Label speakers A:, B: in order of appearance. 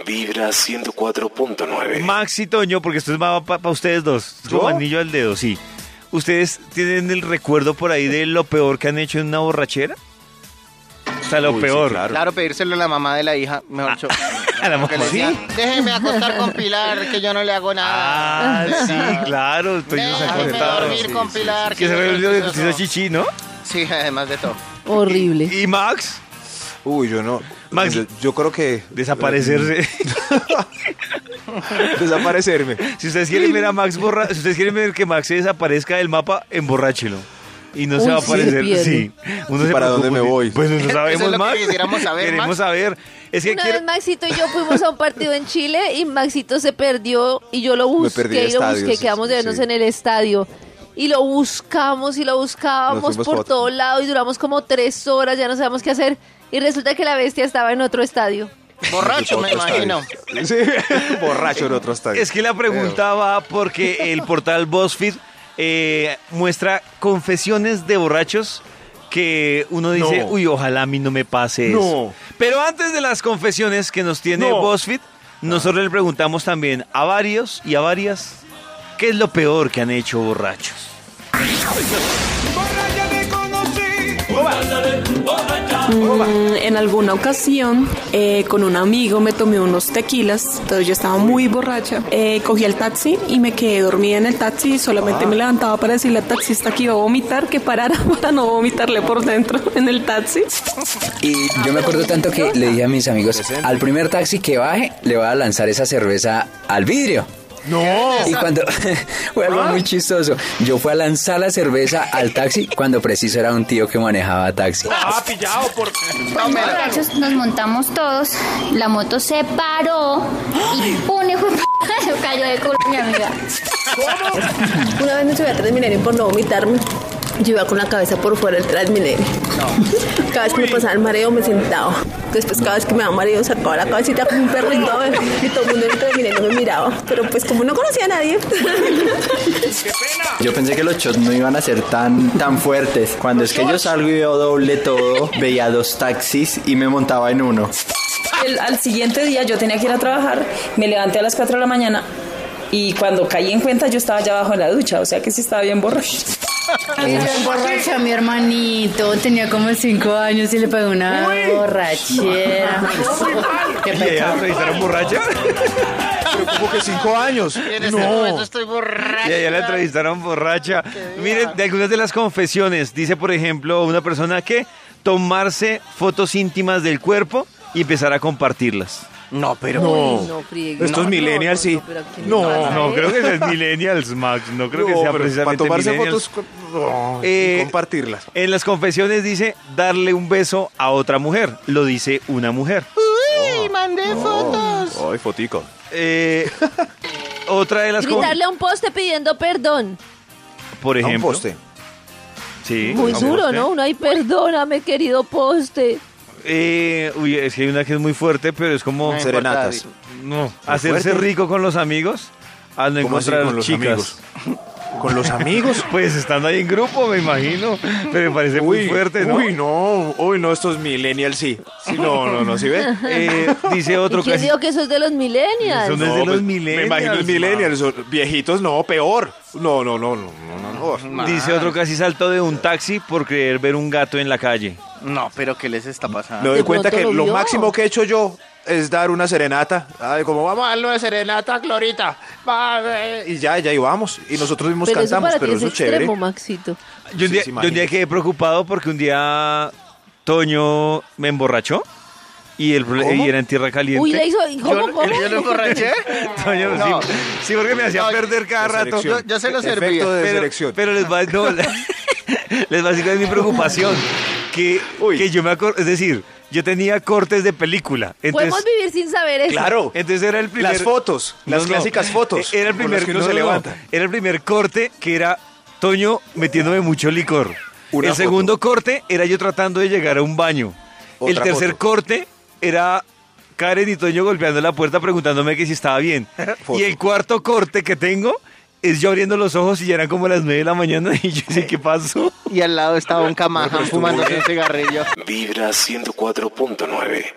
A: Vibra 104.9.
B: Max y Toño, porque esto es más para ustedes dos. Es Como
C: ¿Yo?
B: anillo al dedo, sí. ¿Ustedes tienen el recuerdo por ahí de lo peor que han hecho en una borrachera? O sea, lo
C: Uy, sí,
B: peor.
C: claro.
D: Claro, pedírselo a la mamá de la hija, mejor dicho.
B: A la
D: Que
B: mujer.
D: le
B: ¿Sí?
D: decía, Déjeme acostar con Pilar, que yo no le hago nada.
B: Ah, sí, claro. pues Toño nos ha
C: Ay, me
D: Déjeme
B: contado.
D: dormir
C: sí,
D: con
C: sí,
D: Pilar.
B: Que se
D: yo no
B: reunió
D: soy
B: de justicia
D: celoso".
B: chichi, ¿no?
D: Sí, además de todo.
E: Horrible.
B: ¿Y Max?
C: Uy, yo no.
B: Max.
C: Yo, yo creo que.
B: Desaparecerse.
C: Mm. Desaparecerme.
B: si ustedes quieren ver a Max borra si ustedes quieren ver que Max se desaparezca del mapa, emborráchelo. Y no se
E: Uy,
B: va a
E: sí,
B: aparecer.
E: pierde.
B: Sí. Uno
C: ¿Y
B: se
C: para dónde
B: preocupa.
C: me voy?
B: Bueno, no
D: es
B: sabemos,
D: lo que
B: Max.
D: quisiéramos saber,
B: Queremos
D: Max.
B: saber. Es que
E: Una
B: quiero-
E: vez Maxito y yo fuimos a un partido en Chile y Maxito se perdió y yo lo busqué
C: perdí
E: y lo
C: de estadios,
E: busqué, quedamos de vernos
C: sí.
E: en el estadio. Y lo buscamos y lo
C: Nos
E: buscábamos
C: fuimos
E: por
C: para-
E: todo lado y duramos como tres horas, ya no sabíamos qué hacer. Y resulta que la bestia estaba en otro estadio.
D: Borracho, me
C: Otro estadio.
D: imagino.
C: Sí, borracho en otro estadio.
B: Es que la pregunta
C: Eh.
B: va porque el portal BuzzFeed eh, muestra confesiones de borrachos que uno dice,
C: No.
B: uy, ojalá a mí no me pase
C: No.
B: eso. Pero antes de las confesiones que nos tiene
C: No.
B: BuzzFeed, nosotros le preguntamos también a varios y a varias, ¿qué es lo peor que han hecho borrachos?
F: Mm, En alguna ocasión, eh, con un amigo me tomé unos tequilas, entonces yo estaba muy borracha. Eh, cogí el taxi y me quedé dormida en el taxi y solamente me levantaba para decirle al taxista que iba a vomitar, que parara para no vomitarle por dentro en el taxi.
G: Y yo me acuerdo tanto que le dije a mis amigos, al primer taxi que baje, le voy a lanzar esa cerveza al vidrio. No. Y cuando fue algo muy chistoso, yo fui a lanzar la cerveza al taxi cuando preciso era un tío que manejaba taxi.
H: Pues
D: Tómela.
H: borrachos nos montamos todos, la moto se paró y pone cayó de culo mi amiga.
I: Una vez me subí al Transmilenio por no vomitarme. Yo iba con la cabeza por fuera del Transmilenio. Cada vez que me pasaba el mareo me sentaba. Después cada vez que me daba mareo sacaba la cabecita como un perrito y todo el mundo en el Transmilenio me miraba. Pero pues como no conocía a nadie.
J: Yo pensé que los shots no iban a ser tan, tan fuertes. Cuando es que yo salgo y veo doble todo, veía dos taxis y me montaba en uno.
K: El- al siguiente día yo tenía que ir a trabajar, me levanté a las 4 de la mañana y cuando caí en cuenta yo estaba allá abajo en la ducha, o sea que sí estaba bien borracho.
I: Borracha, mi hermanito tenía como cinco años y le pegó una borrachera.
B: ¿Y ella revisaron borracha?
C: Eh, Pero como que cinco años.
D: En este momento
C: No.
D: estoy borracho.
B: Y allá la entrevistaron borracha. Miren, de algunas de las confesiones, dice por ejemplo una persona que tomarse fotos íntimas del cuerpo y empezar a compartirlas.
C: No, pero. No.
E: No, friegue.
C: Estos
E: No,
C: millennials
E: no,
C: sí.
E: no, no, pero ¿a quién le
C: No,
E: pasa
B: No,
E: eso?
B: creo que ese es Millennials, Max. No creo que sea
C: pero
B: precisamente
C: Para tomarse
B: millennials.
C: fotos. con- no, y
B: Eh,
C: compartirlas.
B: En las confesiones dice darle un beso a otra mujer. Lo dice una mujer.
D: Uy, mandé fotos.
C: Ay, fotico.
B: Eh, otra de las con-
E: Gritarle a un poste pidiendo perdón.
B: por
C: A un
B: ejemplo.
C: poste.
B: Sí,
E: Muy
B: a un
E: duro,
B: poste.
E: ¿no? Uno ahí, perdóname, querido poste.
B: Eh, uy, es que hay una que es muy fuerte, pero es como
D: No importa,
C: Serenatas.
D: David.
B: no, hacerse
C: fuerte.
B: rico con los amigos al no
C: ¿Cómo así
B: encontrar
C: con los
B: chicas.
C: amigos? Con los amigos.
B: Pues estando ahí en grupo, me imagino. Pero me parece muy fuerte, ¿no?
C: Uy, no. Uy, no, estos millennials sí. Sí, no, no, no. ¿Sí ven?
B: Eh, dice
E: ¿Y
B: otro
E: quién
B: casi-
E: dijo que eso es de los millennials?
B: Eso no es de los
C: pues,
B: millennials,
C: Me imagino los
B: ma.
C: millennials. son Viejitos, no, peor. No, no, no, no, no, no. no.
B: dice otro casi salto de un taxi por creer ver un gato en la calle.
D: No, pero ¿qué les está
C: Me
D: pasando?
C: doy
E: De
C: cuenta
E: pronto
C: que
E: lo
C: lo
E: vio.
C: máximo que he hecho yo es dar una serenata. Ay, como vamos a darle una serenata, Clorita. Va, eh, Y ya, ya, y vamos. Y nosotros mismos
E: Pero eso
C: cantamos,
E: para ti
C: pero
E: es
C: eso es chévere.
E: extremo, Maxito.
B: Yo un,
C: Sí,
B: día,
C: sí,
B: yo un día
C: imagínate.
B: quedé preocupado porque un día Toño me emborrachó y, el, pro-
C: ¿Cómo?
B: y era en tierra caliente.
E: Uy, le hizo... ¿y ¿Cómo,
D: ¿Yo,
E: cómo?
D: yo lo emborraché?
B: Toño, sí,
D: No.
B: sí, porque me hacía
D: No,
B: perder cada
C: La
B: rato.
C: selección.
D: Yo- yo se lo
C: Efecto
D: servía.
C: de
B: pero,
C: selección.
B: pero les va, no, les va a decir cuál es mi preocupación. Que,
C: Uy.
B: que yo me acuerdo, es decir, yo tenía cortes de película.
E: Podemos
B: Entonces,
E: vivir sin saber eso.
C: claro.
B: entonces era el primer.
C: Las fotos, las
B: No, no.
C: clásicas fotos.
B: Eh, Era el
C: con las
B: primer
C: que uno
B: no,
C: se
B: no, no.
C: levanta.
B: Era el primer corte que era Toño metiéndome mucho licor.
C: Una
B: el
C: foto.
B: segundo corte era yo tratando de llegar a un baño. el
C: Otra
B: tercer
C: foto.
B: corte era Karen y Toño golpeando la puerta preguntándome que si estaba bien.
C: Foto.
B: Y el cuarto corte que tengo es yo abriendo los ojos y ya eran como las 9 de la mañana y yo sé qué pasó.
D: Y al lado estaba un camaján fumándose un cigarrillo.
A: Vibra 104.9.